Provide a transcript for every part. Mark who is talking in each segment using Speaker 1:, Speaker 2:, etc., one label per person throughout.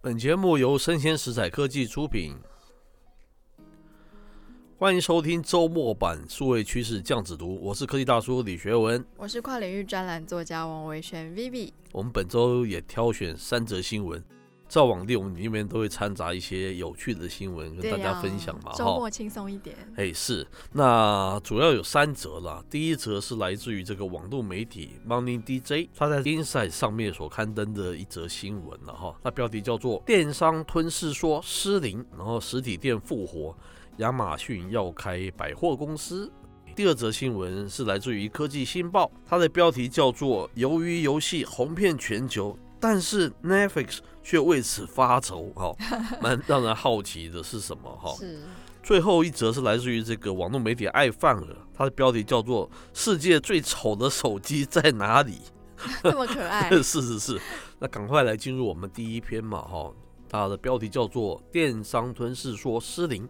Speaker 1: 本节目由生鲜食材科技出品，欢迎收听周末版数位趋势酱子读，我是科技大叔李学文。
Speaker 2: 我是跨领域专栏作家王维轩 Vivi。
Speaker 1: 我们本周也挑选三则新闻，照往例我们里面都会掺杂一些有趣的新闻跟
Speaker 2: 对
Speaker 1: 大
Speaker 2: 呀
Speaker 1: 家分享嘛，
Speaker 2: 周
Speaker 1: 哈。
Speaker 2: 末轻松一点。
Speaker 1: 哎，是，那主要有三则啦。第一则是来自于这个网络媒体 Money DJ，他在 Inside 上面所刊登的一则新闻了哈。那标题叫做“电商吞噬说失灵，然后实体店复活，亚马逊要开百货公司”。第二则新闻是来自于科技新报，它的标题叫做“鱿鱼游戏红遍全球，但是 Netflix 却为此发愁”哈，蛮让人好奇的是什么哈？
Speaker 2: 是，
Speaker 1: 最后一则是来自于这个网络媒体爱范儿，它的标题叫做《世界最丑的手机在哪里
Speaker 2: 这么可 爱》。
Speaker 1: 是是是，那赶快来进入我们第一篇嘛，哈、它的标题叫做《电商吞噬说失灵，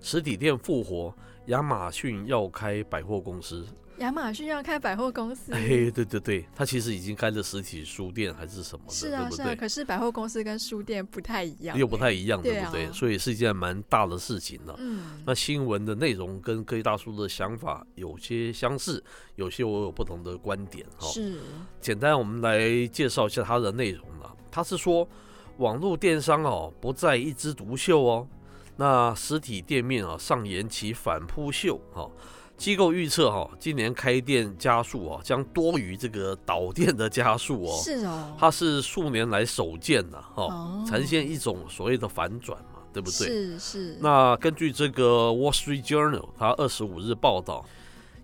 Speaker 1: 实体店复活，亚马逊要开百货公司》。
Speaker 2: 亚马逊要开百货公司。
Speaker 1: 哎，对对对，它其实已经开了实体书店还是什么的，
Speaker 2: 是啊，
Speaker 1: 对不
Speaker 2: 是
Speaker 1: 对？
Speaker 2: 啊，可是百货公司跟书店不太一样，
Speaker 1: 又不太。一样，
Speaker 2: 对
Speaker 1: 对不对？
Speaker 2: 啊
Speaker 1: 所以是一件蛮大的事情啊呢、
Speaker 2: 嗯，
Speaker 1: 那新闻的内容跟各位大叔的想法有些相似，有些我有不同的观点哈、
Speaker 2: 是，
Speaker 1: 简单，我们来介绍一下它的内容啦。它是说，网络电商哦不再一枝独秀哦，那实体店面啊上演起反扑秀哈、哦。机构预测哈、哦，今年开店家数啊将多于这个倒店的家数哦，
Speaker 2: 是哦，
Speaker 1: 它是数年来首见呐、哈、
Speaker 2: 哦
Speaker 1: 呈现一种所谓的反转嘛，对不对？
Speaker 2: 是是，
Speaker 1: 那根据这个《Wall Street Journal》它二十五日报道，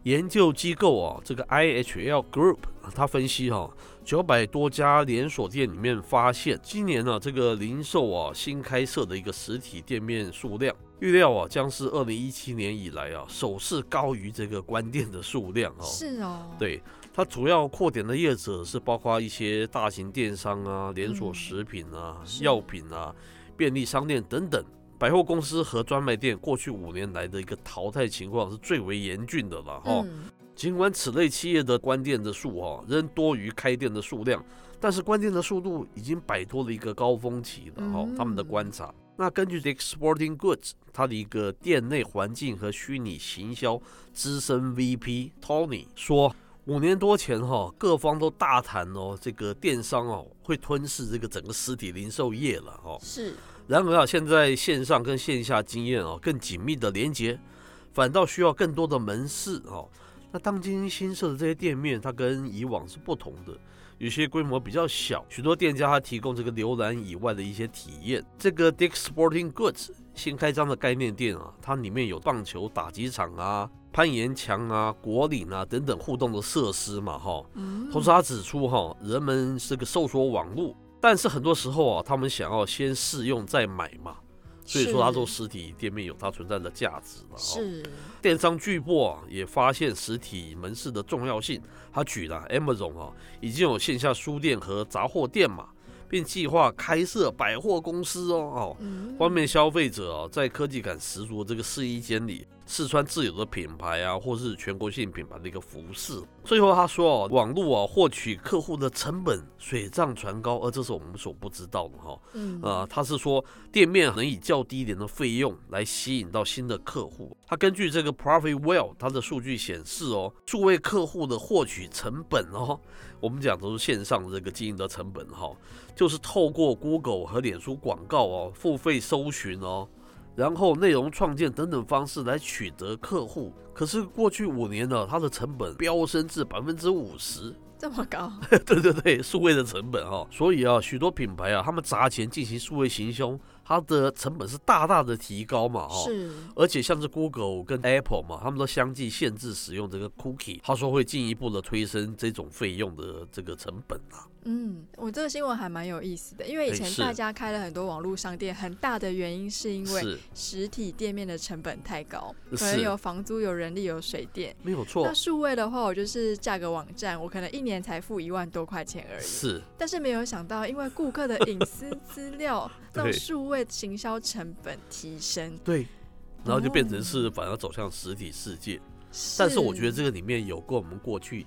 Speaker 1: 研究机构啊，这个 IHL Group 它分析哈、九百多家连锁店里面发现，今年呢、这个零售啊新开设的一个实体店面数量，预料啊将是二零一七年以来啊首次高于这个关店的数量哦。
Speaker 2: 是哦，，
Speaker 1: 对，它主要扩点的业者是包括一些大型电商啊、连锁
Speaker 2: 嗯
Speaker 1: 食品啊、
Speaker 2: 是
Speaker 1: 药品啊、便利商店等等。百货公司和专卖店过去五年来的一个淘汰情况是最为严峻的了哈、
Speaker 2: 嗯，
Speaker 1: 尽管此类企业的关店的数哈、仍多于开店的数量，但是关店的速度已经摆脱了一个高峰期了哈、
Speaker 2: 嗯
Speaker 1: 他们的观察，那根据 The Sporting Goods 它的一个店内环境和虚拟行销资深 VP Tony 说。五年多前哈、各方都大谈哦，这个电商哦会吞噬这个整个实体零售业了哦。
Speaker 2: 是，
Speaker 1: 然而啊，现在线上跟线下经验哦更紧密的连接，反倒需要更多的门市哦。那当今新设的这些店面，它跟以往是不同的，有些规模比较小，许多店家它提供这个浏览以外的一些体验。这个 Dick Sporting Goods 新开张的概念店啊，它里面有棒球打击场啊、攀岩墙啊、果岭啊等等互动的设施嘛，哈、
Speaker 2: 嗯，
Speaker 1: 同时，他指出哈，人们这个搜索网络，但是很多时候啊，他们想要先试用再买嘛，
Speaker 2: 嗯
Speaker 1: 所以说它做实体店面有它存在的价值了、哦。
Speaker 2: 是
Speaker 1: 电商巨擘啊，也发现实体门市的重要性。他举了 Amazon 啊，已经有线下书店和杂货店嘛，并计划开设百货公司哦哦。
Speaker 2: 嗯，
Speaker 1: 方便消费者啊，在科技感十足的这个试衣间里试穿自有的品牌啊，或是全国性品牌的一个服饰。最后他说啊，网络啊获取客户的成本水涨船高，而这是我们所不知道的哈、
Speaker 2: 嗯
Speaker 1: 呃，他是说店面能以较低廉的费用来吸引到新的客户。他根据这个 Profitwell 它的数据显示哦，数位客户的获取成本哦，我们讲都是线上的这个经营的成本哈、就是透过 Google 和脸书广告哦，付费搜寻哦。然后内容创建等等方式来取得客户，可是过去五年呢，它的成本飙升至百分之五十，
Speaker 2: 这么高，
Speaker 1: 对对对，数位的成本哈、哦，所以啊，许多品牌啊，他们砸钱进行数位行销，它的成本是大大的提高嘛哈、哦。
Speaker 2: 是，
Speaker 1: 而且像是 Google 跟 Apple 嘛，他们都相继限制使用这个 cookie，他说会进一步的推升这种费用的这个成本啊。
Speaker 2: 嗯，我这个新闻还蛮有意思的，因为以
Speaker 1: 哎
Speaker 2: 前
Speaker 1: 是
Speaker 2: 大家开了很多网络商店，很大的原因是因为
Speaker 1: 是，
Speaker 2: 实体店面的成本太高，
Speaker 1: 是
Speaker 2: 可能有房租、有人力、有水电。
Speaker 1: 没有错
Speaker 2: 那，数位的话，我就是架个网站，我可能一年才付一万多块钱而已。
Speaker 1: 是
Speaker 2: 但是没有想到，因为顾客的隐私资料，
Speaker 1: 对
Speaker 2: 让数位行销成本提升。
Speaker 1: 对。然后就变成
Speaker 2: 哦
Speaker 1: 是反而走向实体世界，但是我觉得这个里面有跟我们过去。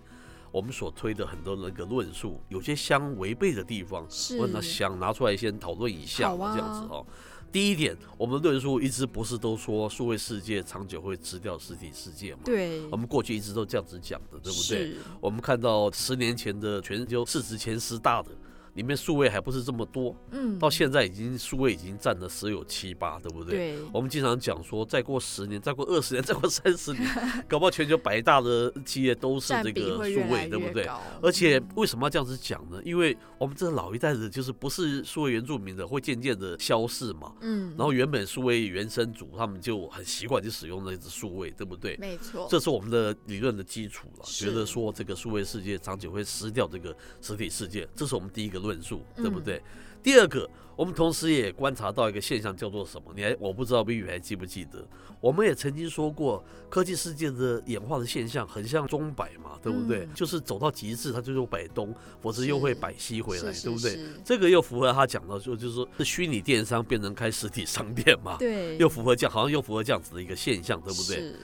Speaker 1: 我们所推的很多那个论述有些相违背的地方，
Speaker 2: 是
Speaker 1: 我那想拿出来先讨论一下，
Speaker 2: 好啊
Speaker 1: 这样子哦。第一点，我们论述一直不是都说数位世界长久会吃掉实体世界嘛？
Speaker 2: 对，
Speaker 1: 我们过去一直都这样子讲的，哦对不对？
Speaker 2: 是
Speaker 1: 我们看到十年前的全球市值前十大的里面，数位还不是这么多，
Speaker 2: 嗯，
Speaker 1: 到现在已经数位已经占了十有七八，对不对？
Speaker 2: 对，
Speaker 1: 我们经常讲说，再过十年，再过二十年，再过三 十年，搞不好全球百大的企业都是
Speaker 2: 占
Speaker 1: 这
Speaker 2: 比
Speaker 1: 个
Speaker 2: 会
Speaker 1: 数
Speaker 2: 越来
Speaker 1: 位，对不
Speaker 2: 越
Speaker 1: 对？
Speaker 2: 高，
Speaker 1: 而且为什么要这样子讲呢？因为我们这老一代的，就是不是数位原住民的，会渐渐的消逝嘛。
Speaker 2: 嗯，
Speaker 1: 然后原本数位原生族，他们就很习惯去使用那只数位，对不对？
Speaker 2: 没错，
Speaker 1: 这是我们的理论的基础了，
Speaker 2: 哦是
Speaker 1: 觉得说这个数位世界长久会失掉这个实体世界，这是我们第一个论述，对不
Speaker 2: 嗯
Speaker 1: 对？第二个，我们同时也观察到一个现象，叫做什么？你还我不知道 B 宇还记不记得？我们也曾经说过，科技世界的演化的现象很像钟摆嘛，对不对？
Speaker 2: 嗯
Speaker 1: 就是走到极致，它就又摆东，否则又
Speaker 2: 是
Speaker 1: 会摆西回来，
Speaker 2: 是
Speaker 1: 对不对？？
Speaker 2: 是
Speaker 1: 这个又符合他讲到说，就是说是虚拟电商变成开实体商店嘛，
Speaker 2: 对，
Speaker 1: 啊又符合这样，好像又符合这样子的一个现象，对不对？
Speaker 2: 是？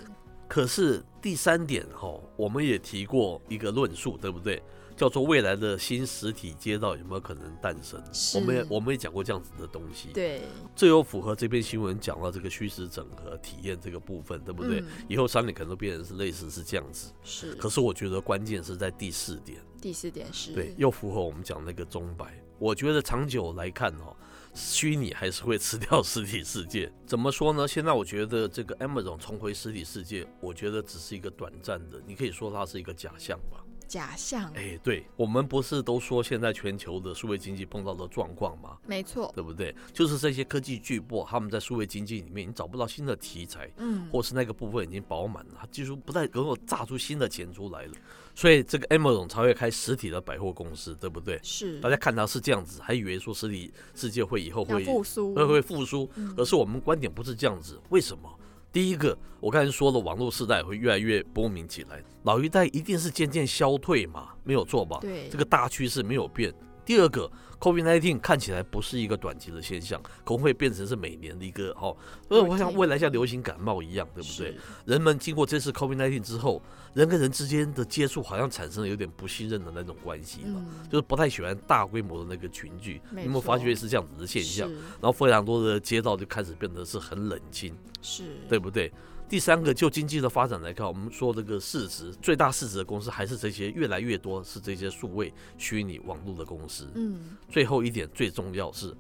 Speaker 1: 可是第三点哈、哦，我们也提过一个论述，对不对？叫做未来的新实体街道有没有可能诞生？
Speaker 2: 是
Speaker 1: 我们也我们也讲过这样子的东西，
Speaker 2: 对，
Speaker 1: 这又符合这篇新闻讲到这个虚实整合体验这个部分，对不对？
Speaker 2: 嗯
Speaker 1: 以后商品可能都变成是类似是这样子，
Speaker 2: 是。
Speaker 1: 可是我觉得关键是在第四点，
Speaker 2: 第四点是，
Speaker 1: 对，又符合我们讲那个钟摆。我觉得长久来看哦，虚拟还是会吃掉实体世界。怎么说呢？现在我觉得这个 Amazon 重回实体世界，我觉得只是一个短暂的，你可以说它是一个假象吧。
Speaker 2: 假象，
Speaker 1: 哎，对我们不是都说现在全球的数位经济碰到的状况吗？
Speaker 2: 没错，
Speaker 1: 对不对？就是这些科技巨擘，他们在数位经济里面，你找不到新的题材，
Speaker 2: 嗯，
Speaker 1: 或是那个部分已经饱满了，它几乎不再能够榨出新的钱出来了。所以这个 Amazon 才会开实体的百货公司，对不对？
Speaker 2: 是
Speaker 1: 大家看它是这样子，还以为说实体世界会以后
Speaker 2: 要
Speaker 1: 会
Speaker 2: 复苏，嗯
Speaker 1: 会会复苏，可是我们观点不是这样子，为什么？第一个，我刚才说了，网络时代会越来越波明起来，老一代一定是渐渐消退嘛，没有错吧？
Speaker 2: 对
Speaker 1: 这个大趋势没有变。第二个，COVID-19 看起来不是一个短期的现象，可能会变成是每年的一个哦，因为我想
Speaker 2: Routine
Speaker 1: 未来像流行感冒一样，对不对？
Speaker 2: 是？
Speaker 1: 人们经过这次 COVID-19 之后，人跟人之间的接触好像产生了有点不信任的那种关系了。
Speaker 2: 嗯，
Speaker 1: 就是不太喜欢大规模的那个群聚，你
Speaker 2: 没
Speaker 1: 有没有发
Speaker 2: 错
Speaker 1: 觉是这样子的现象？
Speaker 2: 是
Speaker 1: 然后非常多的街道就开始变得是很冷清，
Speaker 2: 是，
Speaker 1: 对不对？第三个，就经济的发展来看，我们说这个市值最大市值的公司还是这些，越来越多是这些数位虚拟网络的公司。
Speaker 2: 嗯，
Speaker 1: 最后一点最重要是，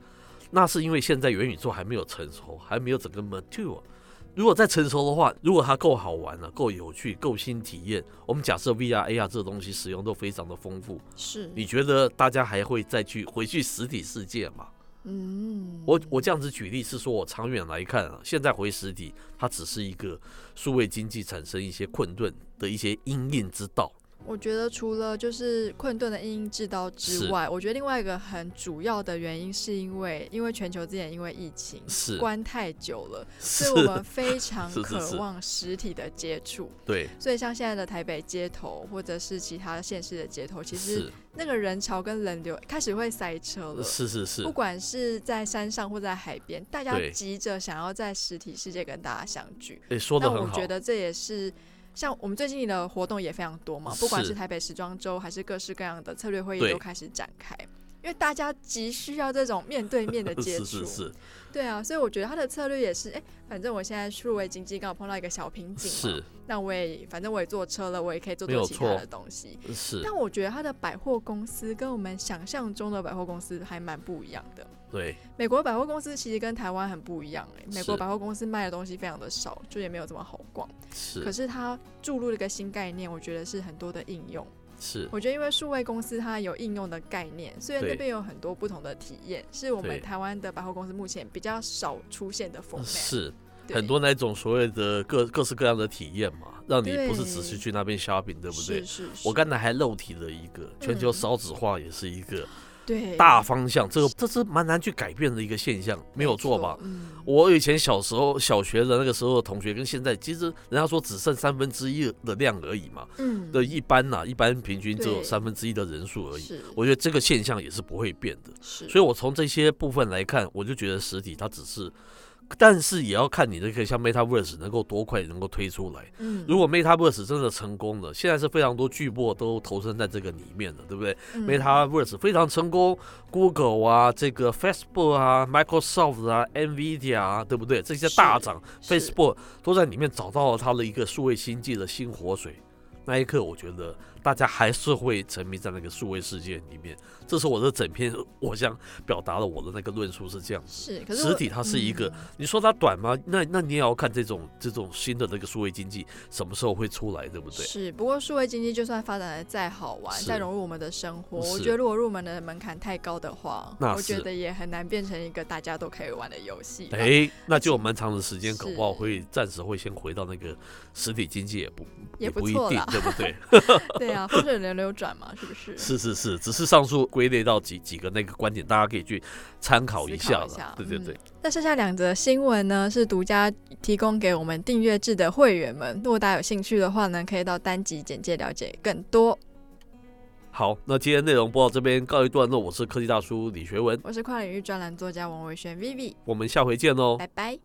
Speaker 1: 那是因为现在元宇宙还没有成熟，还没有整个 mature。如果再成熟的话，如果它够好玩了、啊够有趣、够新体验，我们假设 VR、AR 这东西使用都非常的丰富，
Speaker 2: 是，
Speaker 1: 你觉得大家还会再去回去实体世界吗？
Speaker 2: 嗯，
Speaker 1: 我我这样子举例是说，我长远来看啊，现在回实体，它只是一个数位经济产生一些困顿的一些因应之道。
Speaker 2: 我觉得除了就是困顿的因因制刀之
Speaker 1: 是
Speaker 2: 外，我觉得另外一个很主要的原因是因为，因为全球之前因为疫情
Speaker 1: 是
Speaker 2: 关太久了，所
Speaker 1: 是
Speaker 2: 以我们非常
Speaker 1: 是是
Speaker 2: 渴
Speaker 1: 是
Speaker 2: 望实体的接触。
Speaker 1: 对，
Speaker 2: 所以像现在的台北街头，或者是其他县市的街头，其实
Speaker 1: 是
Speaker 2: 那个人潮跟人流开始会塞车了。
Speaker 1: 是是是
Speaker 2: 不，管是在山上或在海边，大家
Speaker 1: 对
Speaker 2: 急着想要在实体世界跟大家相聚。
Speaker 1: 诶，说的
Speaker 2: 但
Speaker 1: 很
Speaker 2: 我
Speaker 1: 好
Speaker 2: 觉，得这也是像我们最近的活动也非常多嘛，不管
Speaker 1: 是
Speaker 2: 是台北时装周还是各式各样的策略会议
Speaker 1: 对
Speaker 2: 都开始展开，因为大家急需要这种面对面的 接
Speaker 1: 呃是
Speaker 2: 触。
Speaker 1: 是是
Speaker 2: 对啊，所以我觉得他的策略也是，哎、反正我现在数位经济刚好碰到一个小瓶颈嘛，
Speaker 1: 是
Speaker 2: 那我也反正我也坐车了，我也可以做
Speaker 1: 没
Speaker 2: 做
Speaker 1: 有
Speaker 2: 其他
Speaker 1: 错
Speaker 2: 的东西。
Speaker 1: 是，
Speaker 2: 但我觉得他的百货公司跟我们想象中的百货公司还蛮不一样的。
Speaker 1: 对
Speaker 2: 美国百货公司其实跟台湾很不一样、哎，美国
Speaker 1: 是
Speaker 2: 百货公司卖的东西非常的少，就也没有这么好逛。可
Speaker 1: 是
Speaker 2: 是它注入了一个新概念，我觉得是很多的应用。
Speaker 1: 是
Speaker 2: 我觉得因为数位公司它有应用的概念，所以
Speaker 1: 对
Speaker 2: 那边有很多不同的体验，是我
Speaker 1: 对
Speaker 2: 们台湾的百货公司目前比较少出现的 format。
Speaker 1: 是。
Speaker 2: 啊对
Speaker 1: 很多那种所谓的各各式各样的体验嘛，让你不是只是
Speaker 2: 对
Speaker 1: 去那边 shopping，对不对
Speaker 2: 是？是是，
Speaker 1: 我刚才还漏提了一个，全球
Speaker 2: 嗯
Speaker 1: 少子化也是一个
Speaker 2: 对
Speaker 1: 大方向，这个这是蛮难去改变的一个现象，没有错吧？？
Speaker 2: 嗯，
Speaker 1: 我以前小时候小学的那个时候的同学，跟现在其实人家说只剩三分之一的量而已嘛，
Speaker 2: 嗯
Speaker 1: 的一般呐、一般平均只有
Speaker 2: 对
Speaker 1: 三分之一的人数而已。
Speaker 2: 是
Speaker 1: 我觉得这个现象也是不会变的，
Speaker 2: 是，
Speaker 1: 所以我从这些部分来看，我就觉得实体它只是但是也要看你这个像 MetaVerse 能够多快能够推出来。
Speaker 2: 嗯，
Speaker 1: 如果 MetaVerse 真的成功了，现在是非常多巨擘都投身在这个里面的，对不对、
Speaker 2: 嗯
Speaker 1: m e t a v e r s e 非常成功，Google 啊，这个 Facebook 啊，Microsoft 啊，NVIDIA 啊，对不对？这些大
Speaker 2: 是
Speaker 1: 涨
Speaker 2: 是
Speaker 1: Facebook 都在里面找到了它的一个数位经济的新活水。那一刻，我觉得大家还是会沉迷在那个数位世界里面。这是我的整篇，我想表达的我的那个论述是这样子。
Speaker 2: 是，可是
Speaker 1: 实
Speaker 2: 我嗯
Speaker 1: 体它是一个，你说它短吗？那那你也要看这种这种新的那个数位经济什么时候会出来，对不对？
Speaker 2: 是，不过数位经济就算发展的再好玩，
Speaker 1: 是
Speaker 2: 再融入我们的生活，我
Speaker 1: 是
Speaker 2: 觉得如果入门的门槛太高的话，
Speaker 1: 那
Speaker 2: 我觉
Speaker 1: 是
Speaker 2: 得也很难变成一个大家都可以玩的游戏啦。
Speaker 1: 哎，那就有蛮长的时间，搞不好
Speaker 2: 是
Speaker 1: 会暂时会先回到那个实体经济，也不
Speaker 2: 也不
Speaker 1: 不一
Speaker 2: 错
Speaker 1: 定
Speaker 2: 啦，
Speaker 1: 对不 对？
Speaker 2: 对啊，风水轮流转嘛，是不是？
Speaker 1: 是是是，只是上述归类到几几个那个观点，大家可以去参考一下
Speaker 2: 思考一下嗯
Speaker 1: 了。对对对，
Speaker 2: 那剩下两则新闻呢，是独家提供给我们订阅制的会员们。如果大家有兴趣的话呢，可以到单集简介了解更多。
Speaker 1: 好，那今天内容播到这边告一段落，我是科技大叔李学文，
Speaker 2: 我是跨领域专栏作家王维轩 Vivi，
Speaker 1: 我们下回见喽，哦
Speaker 2: 拜拜。